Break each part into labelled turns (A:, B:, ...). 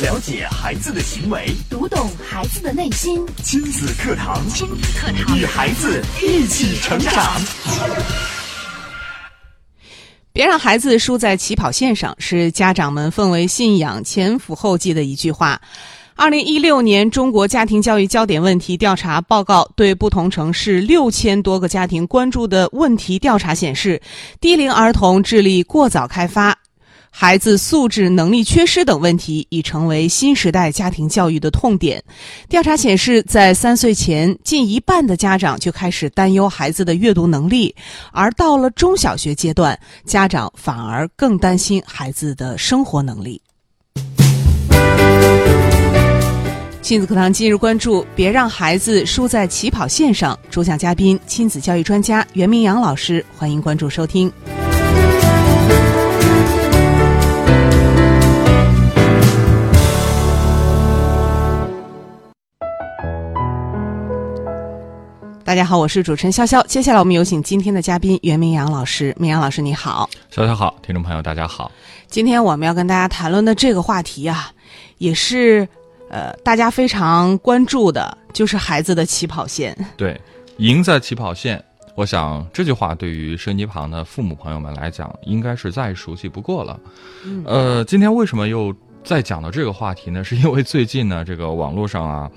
A: 了解孩子的行为，
B: 读懂孩子的内心，
A: 亲子课堂，
B: 亲子课堂
A: 与孩子一起成长。
C: 别让孩子输在起跑线上，是家长们奉为信仰、前赴后继的一句话。二零一六年中国家庭教育焦点问题调查报告对不同城市六千多个家庭关注的问题调查显示，低龄儿童智力过早开发、孩子素质能力缺失等问题已成为新时代家庭教育的痛点。调查显示，在三岁前，近一半的家长就开始担忧孩子的阅读能力，而到了中小学阶段，家长反而更担心孩子的生活能力。亲子课堂今日关注：别让孩子输在起跑线上。主讲嘉宾：亲子教育专家袁明阳老师，欢迎关注收听。大家好，我是主持人潇潇。接下来我们有请今天的嘉宾袁明阳老师。明阳老师，你好。
D: 小小好，听众朋友大家好。
C: 今天我们要跟大家谈论的这个话题啊，也是呃大家非常关注的，就是孩子的起跑线。
D: 对，赢在起跑线，我想这句话对于收音机旁的父母朋友们来讲，应该是再熟悉不过了。呃，今天为什么又再讲到这个话题呢？是因为最近呢，这个网络上啊，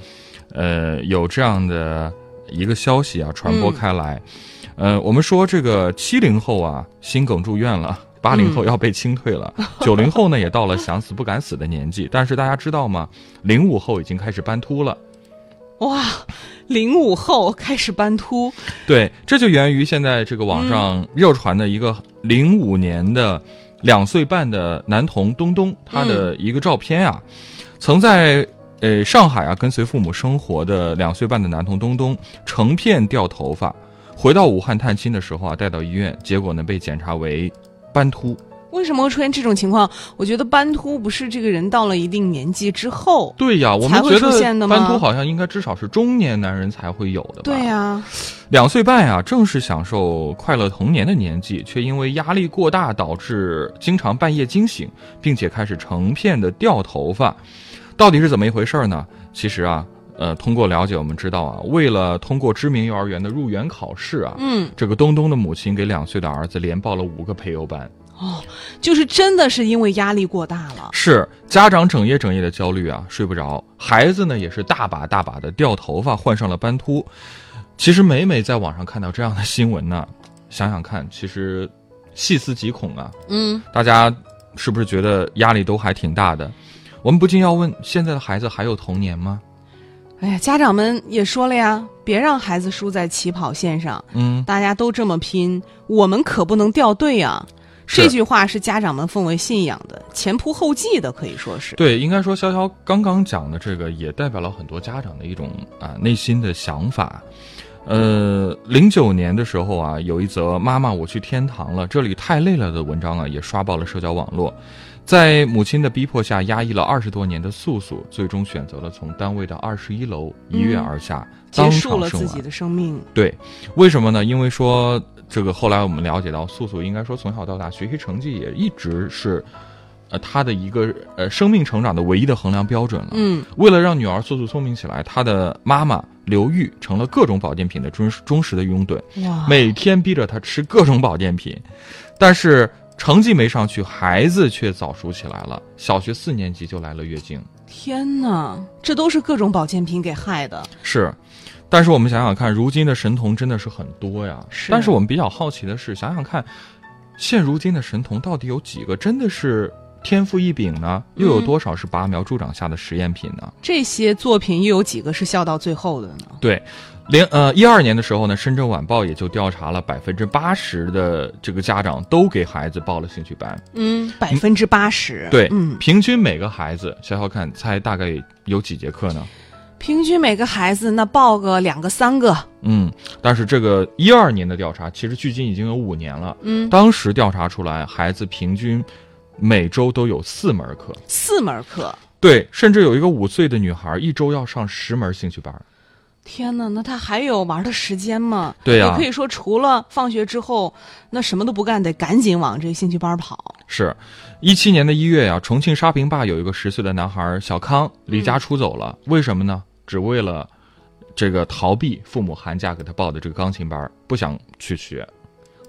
D: 呃，有这样的一个消息啊传播开来，呃，我们说这个七零后啊心梗住院了。八零后要被清退了，九零、后呢也到了想死不敢死的年纪。但是大家知道吗？零五后已经开始斑秃了。
C: 哇，零五后开始斑秃，
D: 对，这就源于现在这个网上热传的一个零五年的两岁半的男童东东，他的一个照片
C: 嗯
D: 啊，曾在呃上海啊跟随父母生活的两岁半的男童东东成片掉头发，回到武汉探亲的时候啊带到医院，结果呢被检查为斑秃。
C: 为什么会出现这种情况？我觉得斑秃不是这个人到了一定年纪之后，
D: 对呀，我
C: 才
D: 们
C: 会
D: 觉
C: 出现的
D: 得
C: 吗
D: 斑秃好像应该至少是中年男人才会有的吧？
C: 对呀、啊
D: 两岁半啊，正是享受快乐童年的年纪，却因为压力过大导致经常半夜惊醒，并且开始成片的掉头发，到底是怎么一回事儿呢？其实啊，呃，通过了解我们知道啊，为了通过知名幼儿园的入园考试啊，
C: 嗯，
D: 这个东东的母亲给两岁的儿子连报了五个培优班，
C: 就是真的是因为压力过大了。
D: 是家长整夜整夜的焦虑啊，睡不着，孩子呢也是大把大把的掉头发，患上了斑秃。其实每每在网上看到这样的新闻呢，想想看，其实细思极恐啊。
C: 嗯，
D: 大家是不是觉得压力都还挺大的？我们不禁要问：现在的孩子还有童年吗？
C: 哎呀，家长们也说了呀，别让孩子输在起跑线上，
D: 嗯，
C: 大家都这么拼，我们可不能掉队啊。
D: 是
C: 这句话是家长们奉为信仰的，前仆后继的，可以说是。
D: 对，应该说潇潇刚刚讲的这个，也代表了很多家长的一种啊内心的想法。呃，零九年的时候啊，有一则“妈妈，我去天堂了，这里太累了”的文章啊，也刷爆了社交网络。在母亲的逼迫下，压抑了二十多年的素素，最终选择了从单位的二十一楼一跃而下，
C: 嗯结
D: 当
C: 束
D: 场
C: 了
D: 身
C: 自
D: 亡。
C: 己的生命。
D: 对，为什么呢？因为说这个后来我们了解到，素素应该说从小到大学习成绩也一直是，呃，她的一个呃生命成长的唯一的衡量标准了。，
C: 嗯，
D: 为了让女儿素素聪明起来，她的妈妈刘玉成了各种保健品的忠实忠实的拥趸，
C: 哇，
D: 每天逼着她吃各种保健品，但是成绩没上去，孩子却早熟起来了，小学四年级就来了月经。
C: 天哪，这都是各种保健品给害的。
D: 是，但是我们想想看，如今的神童真的是很多呀。
C: 是
D: 但是我们比较好奇的是，想想看，现如今的神童到底有几个真的是天赋异禀呢？又有
C: 嗯
D: 多少是拔苗助长下的实验品呢？
C: 这些作品又有几个是笑到最后的呢？
D: 对。零呃一二年的时候呢，《深圳晚报》也就调查了百分之八十的这个家长都给孩子报了兴趣班，
C: 嗯，百分之八十。
D: 对，
C: 嗯，
D: 平均每个孩子，小小看猜大概有几节课呢？
C: 平均每个孩子那报个两个三个，
D: 嗯，但是这个一二年的调查，其实距今已经有五年了。
C: 嗯，
D: 当时调查出来，孩子平均每周都有四门课，
C: 四门课。
D: 对，甚至有一个五岁的女孩一周要上十门兴趣班。
C: 天哪，那他还有玩的时间吗？
D: 对啊呀
C: 也可以说除了放学之后，那什么都不干，得赶紧往这兴趣班跑。
D: 是，一七年的一月呀、重庆沙坪坝有一个十岁的男孩小康离家出走了，为什么呢？只为了这个逃避父母寒假给他报的这个钢琴班儿，不想去学。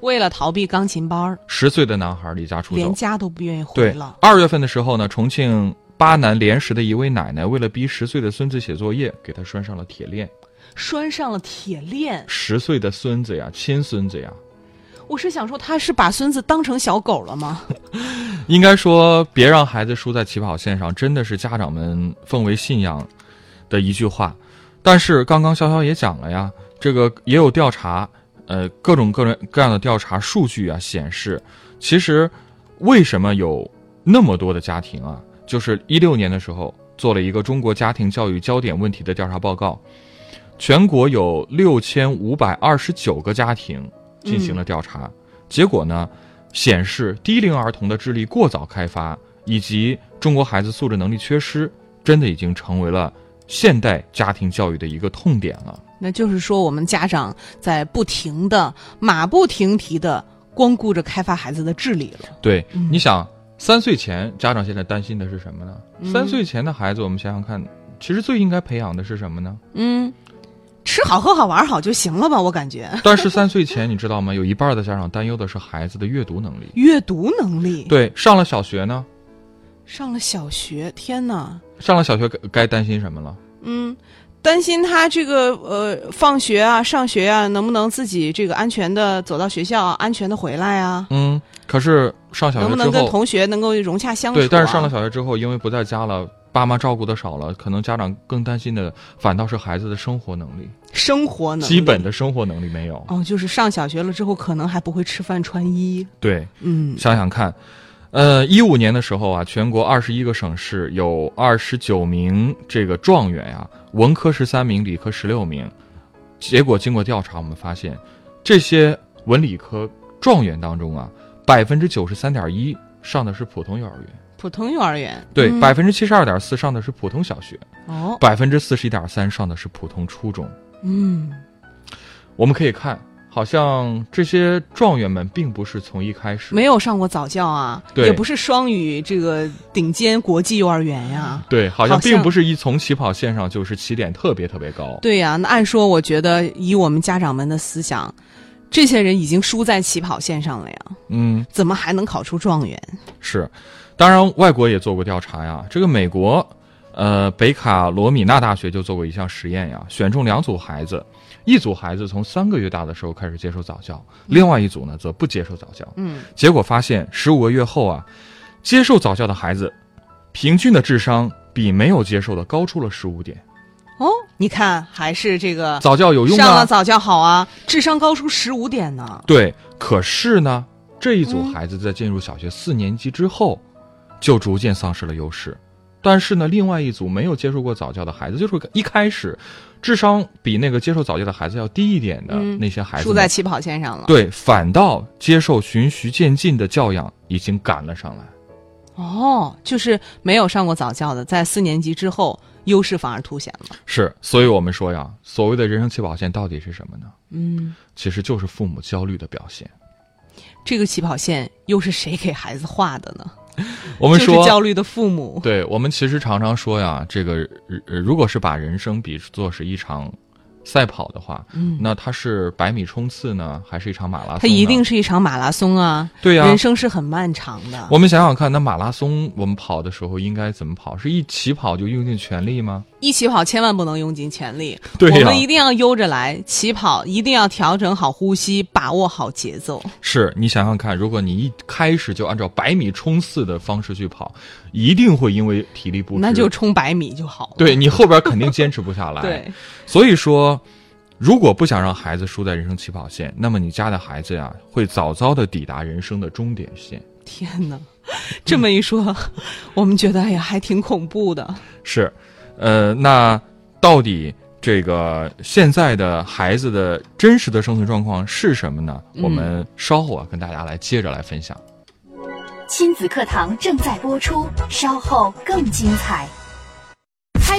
C: 为了逃避钢琴班儿，
D: 十岁的男孩离家出
C: 连
D: 走，
C: 家都不愿意回
D: 对
C: 了。，
D: 二月份的时候呢，重庆巴南莲石的一位奶奶为了逼十岁的孙子写作业，给他拴上了铁链。
C: 拴上了铁链。
D: 十岁的孙子呀，亲孙子呀，
C: 我是想说，他是把孙子当成小狗了 吗？
D: 应该说，别让孩子输在起跑线上，真的是家长们奉为信仰的一句话。但是刚刚潇潇也讲了呀，这个也有调查，呃，各种各种各样的调查数据啊显示，其实为什么有那么多的家庭啊？就是一六年的时候做了一个中国家庭教育焦点问题的调查报告，全国有六千五百二十九个家庭进行了调查，结果呢显示低龄儿童的智力过早开发以及中国孩子素质能力缺失，真的已经成为了现代家庭教育的一个痛点了。
C: 那就是说，我们家长在不停的、马不停蹄的光顾着开发孩子的智力了。
D: 对，你想，三岁前家长现在担心的是什么呢？
C: 嗯
D: 三岁前的孩子，我们想想看，其实最应该培养的是什么呢？
C: 嗯，吃好喝好玩好就行了吧？我感觉
D: 但是三岁前，你知道吗？有一半的家长担忧的是孩子的阅读能力。
C: 阅读能力。
D: 对，上了小学呢，
C: 上了小学，天哪！
D: 上了小学该该担心什么了？
C: 嗯，担心他这个呃，放学啊、上学啊，能不能自己这个安全的走到学校啊，安全的回来啊？
D: 嗯，可是上小
C: 能
D: 学
C: 不
D: 之
C: 能跟
D: 后，
C: 同学能够融洽相处、啊？
D: 对，但是上了小学之后，因为不在家了，爸妈照顾的少了，可能家长更担心的反倒是孩子的生活能力，
C: 生活能力
D: 基本的生活能力没有。
C: 哦，就是上小学了之后，可能还不会吃饭穿衣。
D: 对，
C: 嗯，
D: 想想看，呃，一五年的时候啊，全国二十一个省市有二十九名这个状元呀、文科十三名，理科十六名。结果经过调查，我们发现，这些文理科状元当中啊，百分之九十三点一上的是普通幼儿园，
C: 普通幼儿园
D: 对，
C: 嗯
D: 百分之七十二点四上的是普通小学，
C: 哦，
D: 百分之四十一点三上的是普通初中。
C: 嗯，
D: 我们可以看，好像这些状元们并不是从一开始
C: 没有上过早教啊，
D: 对
C: 也不是双语这个顶尖国际幼儿园呀。
D: 对，好像
C: 好像
D: 并不是一从起跑线上就是起点特别特别高。
C: 对呀、那按说，我觉得以我们家长们的思想，这些人已经输在起跑线上了呀，
D: 嗯，
C: 怎么还能考出状元？
D: 是。当然，外国也做过调查呀。这个美国，呃，北卡罗米纳大学就做过一项实验呀，选中两组孩子，一组孩子从三个月大的时候开始接受早教，另外一组呢则不接受早教。
C: 嗯，
D: 结果发现，十五个月后啊，接受早教的孩子，平均的智商比没有接受的高出了十五点。
C: 哦，你看还是这个
D: 早教有用
C: 上
D: 啊
C: 了，早教好啊，智商高出十五点呢。
D: 对，可是呢，这一
C: 嗯
D: 组孩子在进入小学四年级之后，就逐渐丧失了优势。但是呢，另外一组没有接受过早教的孩子，就是一开始智商比那个接受早教的孩子要低一点的
C: 嗯
D: 那些孩子
C: 输
D: 呢，
C: 在起跑线上了。
D: 对，反倒接受循序渐进的教养已经赶了上来。
C: 哦，就是没有上过早教的，在四年级之后优势反而凸显了。
D: 是，所以我们说呀，所谓的人生起跑线到底是什么呢？
C: 嗯，
D: 其实就是父母焦虑的表现。
C: 这个起跑线又是谁给孩子画的呢？
D: 我
C: 就
D: 们说，
C: 是焦虑的父 母。
D: 对我们其实常常说呀，这个呃如果是把人生比作是一场赛跑的话，
C: 嗯，
D: 那它是百米冲刺呢，还是一场马拉松呢？
C: 它一定是一场马拉松啊，
D: 对呀、
C: 人生是很漫长的。
D: 我们想想看，那马拉松我们跑的时候应该怎么跑？是一起跑就用尽全力吗？
C: 一起跑千万不能用尽全力，
D: 对啊呀
C: 我们一定要悠着来。起跑一定要调整好呼吸，把握好节奏。
D: 是你想想看，如果你一开始就按照百米冲刺的方式去跑，一定会因为体力不支，
C: 那就冲百米就好了。
D: 对你后边肯定坚持不下来。
C: 对，
D: 所以说，如果不想让孩子输在人生起跑线，那么你家的孩子呀，会早早的抵达人生的终点线。
C: 天哪， 这么一说， 我们觉得哎呀还挺恐怖的。
D: 是，呃，那到底这个现在的孩子的真实的生存状况是什么呢？
C: 嗯
D: 我们稍后啊，跟大家来接着来分享。
B: 亲子课堂正在播出，稍后更精彩。开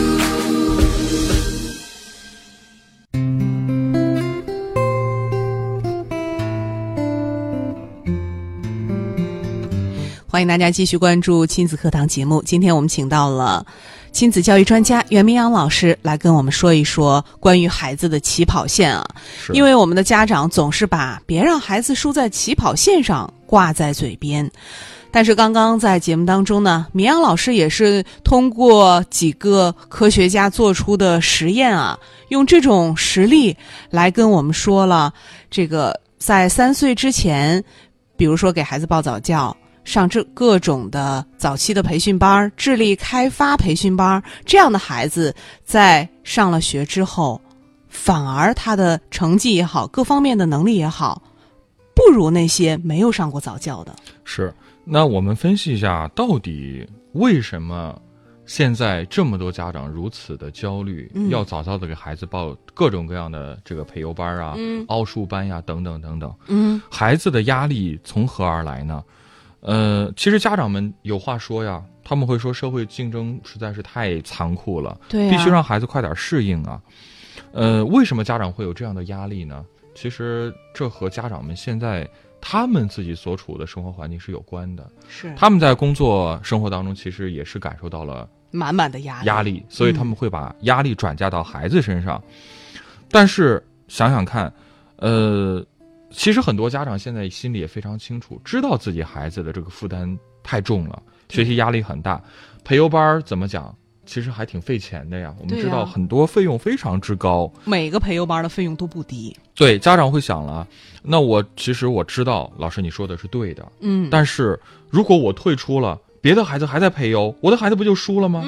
C: 欢迎大家继续关注亲子课堂节目。今天我们请到了亲子教育专家袁明阳老师来跟我们说一说关于孩子的起跑线啊，
D: 是
C: 因为我们的家长总是把“别让孩子输在起跑线上”挂在嘴边。但是刚刚在节目当中呢，明阳老师也是通过几个科学家做出的实验啊，用这种实例来跟我们说了这个在三岁之前，比如说给孩子报早教。上这各种的早期的培训班儿、智力开发培训班儿，这样的孩子在上了学之后，反而他的成绩也好，各方面的能力也好，不如那些没有上过早教的。
D: 是，那我们分析一下，到底为什么现在这么多家长如此的焦虑，
C: 嗯
D: 要早早的给孩子报各种各样的这个培优班啊、
C: 嗯
D: 奥数班呀、等等等等，
C: 嗯
D: 孩子的压力从何而来呢？呃，其实家长们有话说呀，他们会说社会竞争实在是太残酷了，
C: 对啊
D: 必须让孩子快点适应啊。呃，为什么家长会有这样的压力呢？其实这和家长们现在他们自己所处的生活环境是有关的。
C: 是
D: 他们在工作生活当中，其实也是感受到了
C: 满满的压力。嗯
D: 压力，所以他们会把压力转嫁到孩子身上。但是想想看，呃，其实很多家长现在心里也非常清楚，知道自己孩子的这个负担太重了，学习压力很大，培优班儿怎么讲？其实还挺费钱的呀，我们
C: 对呀
D: 知道很多费用非常之高，
C: 每个培优班的费用都不低。
D: 对家长会想了，那我其实我知道，老师你说的是对的，
C: 嗯，
D: 但是如果我退出了，别的孩子还在培优，我的孩子不就输了吗？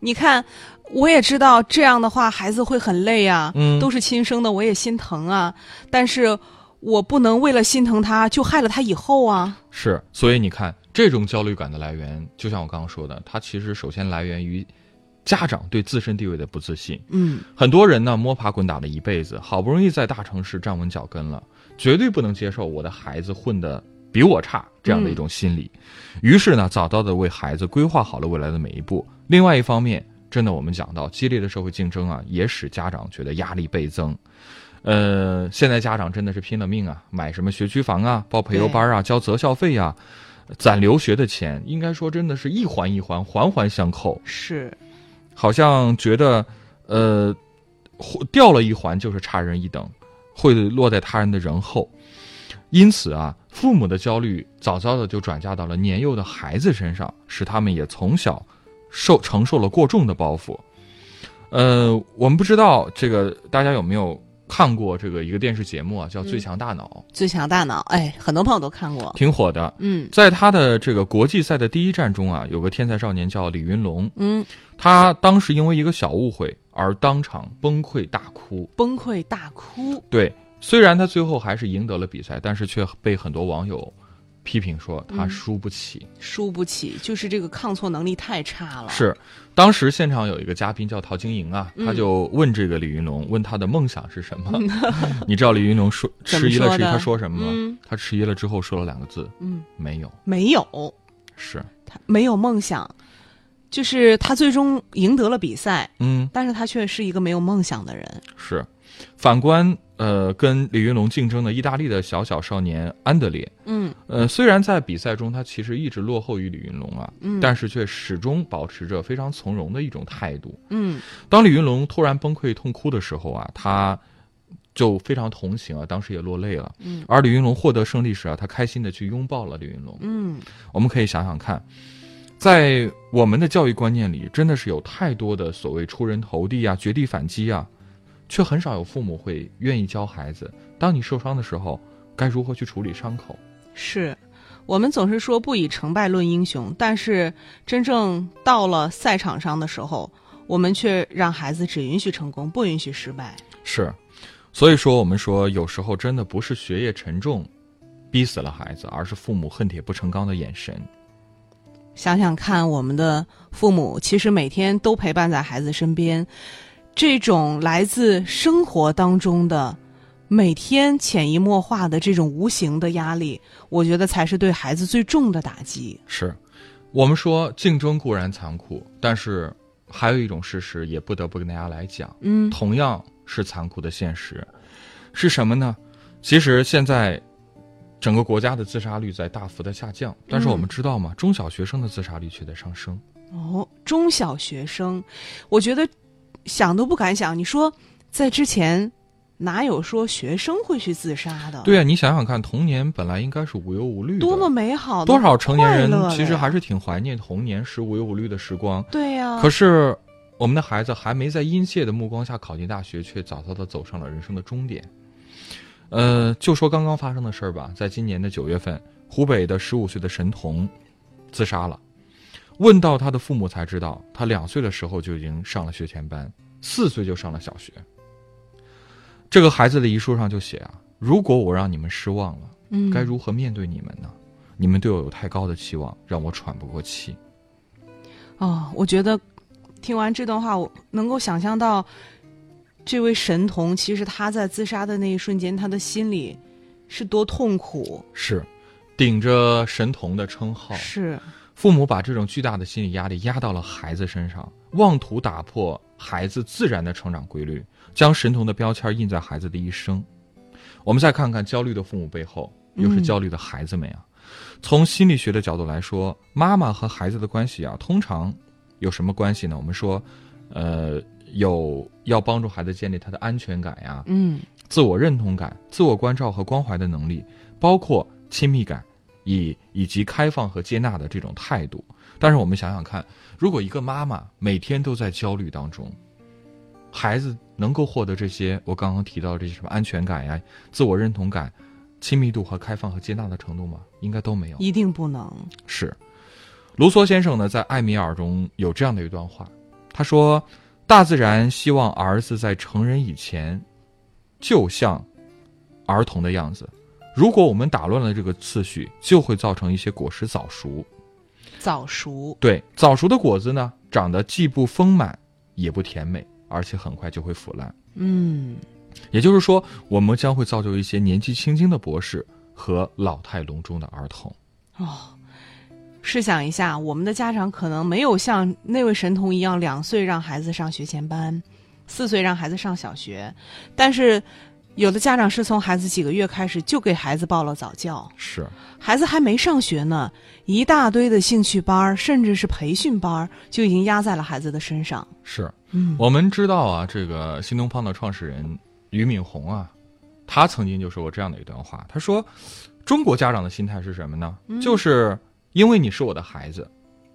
C: 你看，我也知道这样的话孩子会很累啊，
D: 嗯
C: 都是亲生的，我也心疼啊，但是我不能为了心疼他就害了他以后啊。
D: 是，所以你看，这种焦虑感的来源，就像我刚刚说的，它其实首先来源于家长对自身地位的不自信。
C: 嗯，
D: 很多人呢，摸爬滚打了一辈子，好不容易在大城市站稳脚跟了，绝对不能接受我的孩子混得比我差这样的一种心理。于是呢，早早的为孩子规划好了未来的每一步。另外一方面，真的我们讲到激烈的社会竞争啊，也使家长觉得压力倍增。呃，现在家长真的是拼了命啊，买什么学区房啊，报培优班啊，交择校费啊，攒留学的钱，应该说真的是一环一环，环环相扣。
C: 是，
D: 好像觉得，呃，或掉了一环就是差人一等，会落在他人的人后。因此啊，父母的焦虑早早的就转嫁到了年幼的孩子身上，使他们也从小受承受了过重的包袱。呃，我们不知道这个大家有没有看过这个一个电视节目啊，叫《最强大脑》，
C: 最强大脑，哎，很多朋友都看过。
D: 挺火的。
C: 嗯
D: 在他的这个国际赛的第一站中啊，有个天才少年叫李云龙，
C: 嗯，
D: 他当时因为一个小误会而当场崩溃大哭。
C: 崩溃大哭。
D: 对，虽然他最后还是赢得了比赛，但是却被很多网友批评说
C: 嗯
D: 他输不起。
C: 输不起，就是这个抗挫能力太差了。，
D: 是，当时现场有一个嘉宾叫陶晶莹啊，
C: 啊嗯
D: 他就问这个李云龙，问他的梦想是什么？ 你知道李云龙说迟疑
C: 怎么说
D: 了，迟疑
C: 的
D: 他说什么吗？
C: 嗯
D: 他迟疑了之后说了两个字：
C: 嗯，
D: 没有。
C: 没有，
D: 是，
C: 他没有梦想，就是他最终赢得了比赛，
D: 嗯，
C: 但是他却是一个没有梦想的人。
D: 是。反观呃，跟李云龙竞争的意大利的小小少年安德烈，
C: 嗯
D: 呃，虽然在比赛中他其实一直落后于李云龙啊，
C: 嗯
D: 但是却始终保持着非常从容的一种态度。
C: 嗯
D: 当李云龙突然崩溃痛哭的时候啊，他就非常同情啊，当时也落泪了。
C: 嗯
D: 而李云龙获得胜利时啊，他开心的去拥抱了李云龙。
C: 嗯，
D: 我们可以想想看，在我们的教育观念里，真的是有太多的所谓出人头地啊、绝地反击啊，却很少有父母会愿意教孩子，当你受伤的时候，该如何去处理伤口。
C: 是。我们总是说不以成败论英雄，但是真正到了赛场上的时候，我们却让孩子只允许成功，不允许失败。
D: 是，所以说我们说，有时候真的不是学业沉重逼死了孩子，而是父母恨铁不成钢的眼神。
C: 想想看，我们的父母其实每天都陪伴在孩子身边，这种来自生活当中的、每天潜移默化的这种无形的压力，我觉得才是对孩子最重的打击。
D: 是我们说竞争固然残酷，但是还有一种事实也不得不跟大家来讲，
C: 嗯
D: 同样是残酷的现实，是什么呢？其实现在整个国家的自杀率在大幅的下降，但是我们知道吗？中小学生的自杀率却在上升。
C: 嗯哦，中小学生，我觉得想都不敢想。你说在之前，哪有说学生会去自杀的？，
D: 对啊，你想想看，童年本来应该是无忧无虑的，
C: 多么美好的，
D: 多少成年
C: 快乐
D: 人
C: 呀
D: 其实还是挺怀念童年时无忧无虑的时光。
C: 对呀、
D: 可是我们的孩子还没在殷切的目光下考进大学，却早早的走上了人生的终点。呃，就说刚刚发生的事儿吧，在今年的九月份，湖北的十五岁的神童自杀了。问到他的父母才知道，他两岁的时候就已经上了学前班，四岁就上了小学。这个孩子的遗书上就写啊：“如果我让你们失望了，
C: 嗯，
D: 该如何面对你们呢？你们对我有太高的期望，让我喘不过气。
C: 哦，我觉得听完这段话，我能够想象到这位神童，其实他在自杀的那一瞬间，他的心里是多痛苦。
D: 是，顶着神童的称号，
C: 是，
D: 父母把这种巨大的心理压力压到了孩子身上，妄图打破孩子自然的成长规律，将神童的标签印在孩子的一生。我们再看看焦虑的父母背后，又是
C: 嗯
D: 焦虑的孩子们啊呀、从心理学的角度来说，妈妈和孩子的关系啊，通常有什么关系呢？我们说，呃，有要帮助孩子建立他的安全感呀、
C: 嗯
D: 自我认同感、自我关照和关怀的能力，包括亲密感，以以及开放和接纳的这种态度。但是我们想想看，如果一个妈妈每天都在焦虑当中，孩子能够获得这些我刚刚提到的这些什么安全感呀、自我认同感、亲密度和开放和接纳的程度吗？应该都没有。
C: 一定不能。
D: 是，卢梭先生呢，在《艾米尔》中有这样的一段话，他说：“大自然希望儿子在成人以前，就像儿童的样子。如果我们打乱了这个次序，就会造成一些果实早熟。
C: 早熟，
D: 对，早熟的果子呢，长得既不丰满，也不甜美，而且很快就会腐烂。
C: 嗯，
D: 也就是说，我们将会造就一些年纪轻轻的博士和老态龙钟的儿童。”
C: 哦。试想一下，我们的家长可能没有像那位神童一样，两岁让孩子上学前班，四岁让孩子上小学，但是有的家长是从孩子几个月开始就给孩子报了早教，
D: 是，
C: 孩子还没上学呢，一大堆的兴趣班儿，甚至是培训班儿，就已经压在了孩子的身上。
D: 是，
C: 嗯
D: 我们知道啊，这个新东方的创始人俞敏洪啊，他曾经就说过这样的一段话，他说，中国家长的心态是什么呢？就是因为你是我的孩子，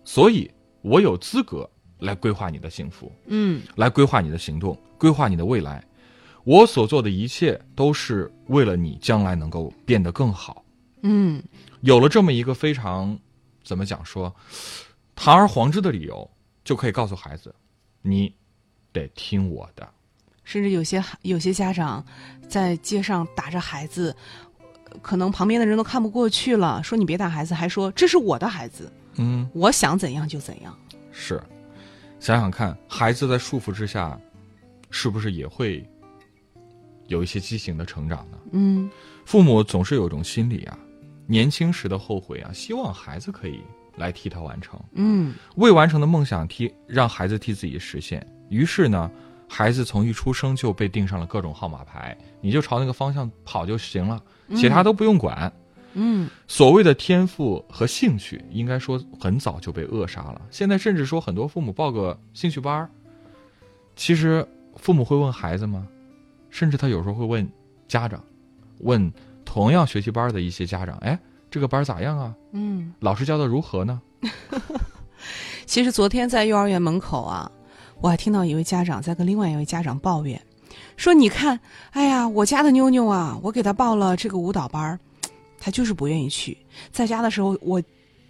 D: 所以我有资格来规划你的幸福，
C: 嗯，
D: 来规划你的行动，规划你的未来。我所做的一切都是为了你将来能够变得更好。
C: 嗯，
D: 有了这么一个非常怎么讲说，堂而皇之的理由，就可以告诉孩子，你得听我的。
C: 甚至有些有些家长在街上打着孩子，可能旁边的人都看不过去了，说你别打孩子，还说这是我的孩子，
D: 嗯，
C: 我想怎样就怎样。
D: 是。想想看，孩子在束缚之下，是不是也会有一些畸形的成长呢？
C: 嗯，
D: 父母总是有一种心理啊，年轻时的后悔啊，希望孩子可以来替他完成。
C: 嗯，
D: 未完成的梦想替让孩子替自己实现。于是呢，孩子从一出生就被定上了各种号码牌，你就朝那个方向跑就行了，其他都不用管。
C: 嗯，
D: 所谓的天赋和兴趣，应该说很早就被扼杀了。现在甚至说很多父母报个兴趣班儿，其实父母会问孩子吗？甚至他有时候会问家长，问同样学习班儿的一些家长，哎，这个班儿咋样啊？
C: 嗯，
D: 老师教的如何呢？
C: 其实昨天在幼儿园门口啊，我还听到一位家长在跟另外一位家长抱怨，说：“你看，哎呀，我家的妞妞啊，我给她报了这个舞蹈班儿，她就是不愿意去。在家的时候，我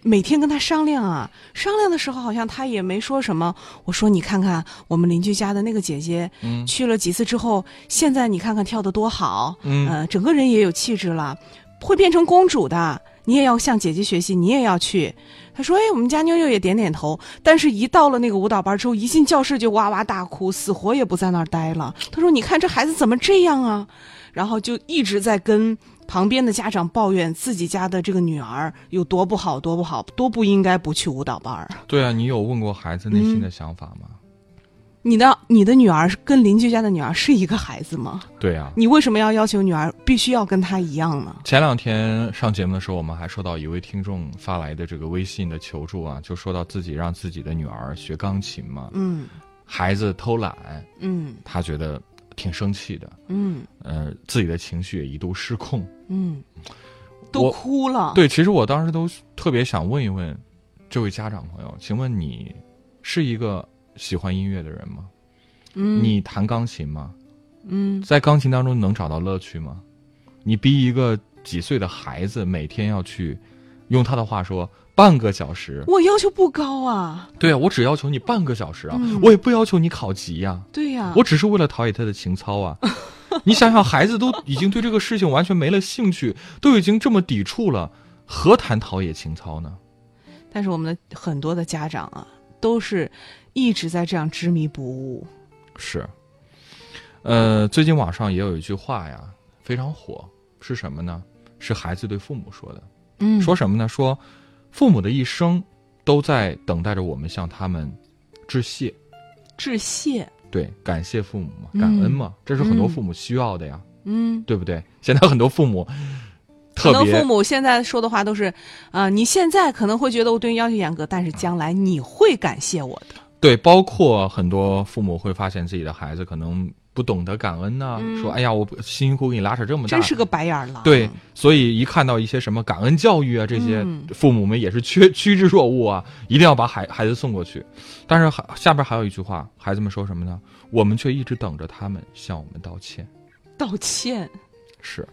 C: 每天跟他商量啊，商量的时候好像他也没说什么。我说你看看我们邻居家的那个姐姐，
D: 嗯
C: 去了几次之后，现在你看看跳得多好，
D: 嗯
C: 呃，整个人也有气质了，会变成公主的。你也要向姐姐学习，你也要去。他说：“哎，我们家妞妞也点点头，但是，一到了那个舞蹈班之后，一进教室就哇哇大哭，死活也不在那儿待了。”他说：“你看这孩子怎么这样啊？”然后就一直在跟旁边的家长抱怨自己家的这个女儿有多不好，多不好，多不应该不去舞蹈班儿。
D: 对啊，你有问过孩子内心的想法吗？
C: 你的你的女儿是跟邻居家的女儿是一个孩子吗？
D: 对啊。
C: 你为什么要要求女儿必须要跟她一样呢？
D: 前两天上节目的时候，我们还收到一位听众发来的这个微信的求助啊，就说到自己让自己的女儿学钢琴嘛，
C: 嗯
D: 孩子偷懒，
C: 嗯
D: 他觉得挺生气的，
C: 嗯
D: 呃，自己的情绪也一度失控。
C: 嗯，都
D: 我
C: 哭了。
D: 对，其实我当时都特别想问一问这位家长朋友，请问你是一个喜欢音乐的人吗？
C: 嗯，
D: 你弹钢琴吗？
C: 嗯
D: 在钢琴当中能找到乐趣吗？你逼一个几岁的孩子每天要去，用他的话说，半个小时。
C: 我要求不高啊。
D: 对啊，我只要求你半个小时啊，
C: 嗯
D: 我也不要求你考级啊呀、
C: 对呀、
D: 我只是为了陶冶他的情操啊。 你想想，孩子都已经对这个事情完全没了兴趣，都已经这么抵触了，何谈陶冶情操呢？
C: 但是我们的很多的家长啊，都是一直在这样执迷不悟。
D: 是，呃，最近网上也有一句话呀，非常火，是什么呢？是孩子对父母说的。
C: 嗯
D: 说什么呢？说父母的一生都在等待着我们向他们致谢，
C: 致谢。
D: 对，感谢父母嘛，感恩嘛，这是很多父母需要的呀，
C: 嗯，
D: 对不对？现在很多父母
C: 可
D: 特
C: 能
D: 别
C: 父母现在说的话都是，啊、你现在可能会觉得我对你要求严格，但是将来你会感谢我的。
D: 对，包括很多父母会发现自己的孩子可能不懂得感恩呐、说哎呀，我辛辛苦苦给你拉扯这么大
C: 嗯真，是个白眼狼。
D: 对，所以一看到一些什么感恩教育啊，这些
C: 嗯
D: 父母们也是趋趋之若鹜啊，一定要把孩孩子送过去。但是还下边还有一句话，孩子们说什么呢？我们却一直等着他们向我们道歉。
C: 道歉。
D: 是，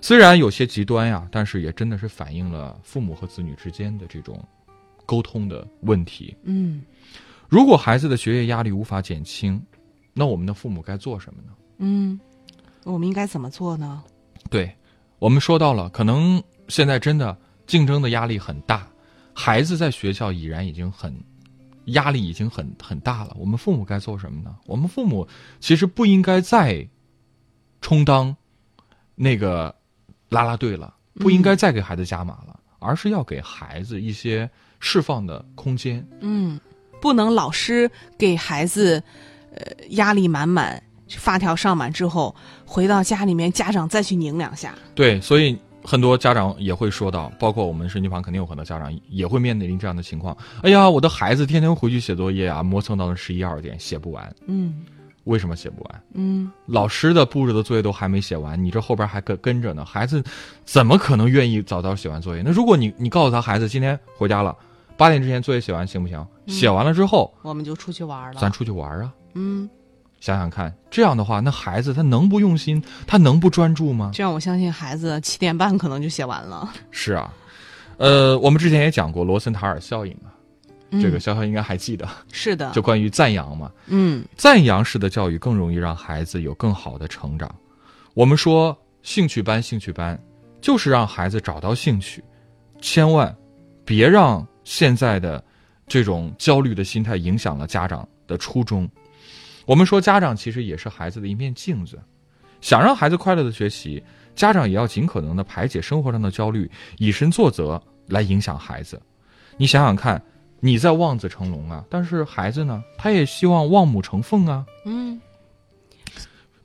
D: 虽然有些极端呀，但是也真的是反映了父母和子女之间的这种沟通的问题。
C: 嗯
D: 如果孩子的学业压力无法减轻，那我们的父母该做什么呢？
C: 嗯，我们应该怎么做呢？
D: 对，我们说到了，可能现在真的竞争的压力很大，孩子在学校已然已经很压力已经很很大了。我们父母该做什么呢？我们父母其实不应该再充当那个啦啦队了，不应该再给孩子加码了，而是要给孩子一些释放的空间。
C: 嗯，不能老师给孩子，呃，压力满满，发条上满之后，回到家里面，家长再去拧两下。
D: 对，所以很多家长也会说到，包括我们身体旁肯定有很多家长也会面临这样的情况。哎呀，我的孩子天天回去写作业啊，磨蹭到了十一二点，写不完。
C: 嗯
D: 为什么写不完？
C: 嗯，
D: 老师的布置的作业都还没写完，你这后边还跟跟着呢，孩子怎么可能愿意早早写完作业？那如果你你告诉他孩子今天回家了，八点之前作业写完行不行？写完了之后，
C: 我们就出去嗯玩了。
D: 咱出去玩啊！
C: 嗯，
D: 想想看，这样的话，那孩子他能不用心，他能不专注吗？
C: 这样我相信孩子七点半可能就写完了。
D: 是啊，呃，我们之前也讲过罗森塔尔效应啊，这个
C: 嗯、
D: 潇潇应该还记得，
C: 是的，
D: 就关于赞扬嘛，
C: 嗯
D: 赞扬式的教育更容易让孩子有更好的成长。我们说兴趣班，兴趣班就是让孩子找到兴趣，千万别让现在的这种焦虑的心态影响了家长的初衷。我们说，家长其实也是孩子的一面镜子，想让孩子快乐的学习，家长也要尽可能的排解生活上的焦虑，以身作则来影响孩子。你想想看，你在望子成龙啊，但是孩子呢，他也希望望母成凤啊。
C: 嗯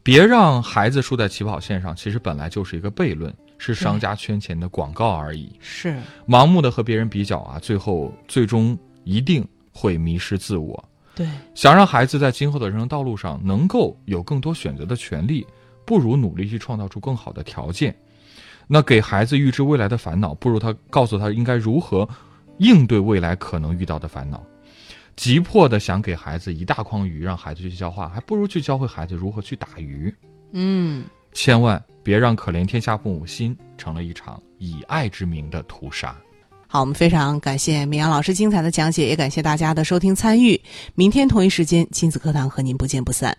D: 别让孩子输在起跑线上，其实本来就是一个悖论，是商家圈钱的广告而已。
C: 是
D: 盲目的和别人比较啊，最后最终一定会迷失自我。
C: 对，
D: 想让孩子在今后的人生道路上能够有更多选择的权利，不如努力去创造出更好的条件。那给孩子预知未来的烦恼，不如他告诉他应该如何应对未来可能遇到的烦恼。急迫的想给孩子一大筐鱼，让孩子去消化，还不如去教会孩子如何去打鱼。
C: 嗯
D: 千万别让可怜天下父母心成了一场以爱之名的屠杀。
C: 好，我们非常感谢明阳老师精彩的讲解，也感谢大家的收听参与。明天同一时间，亲子课堂和您不见不散。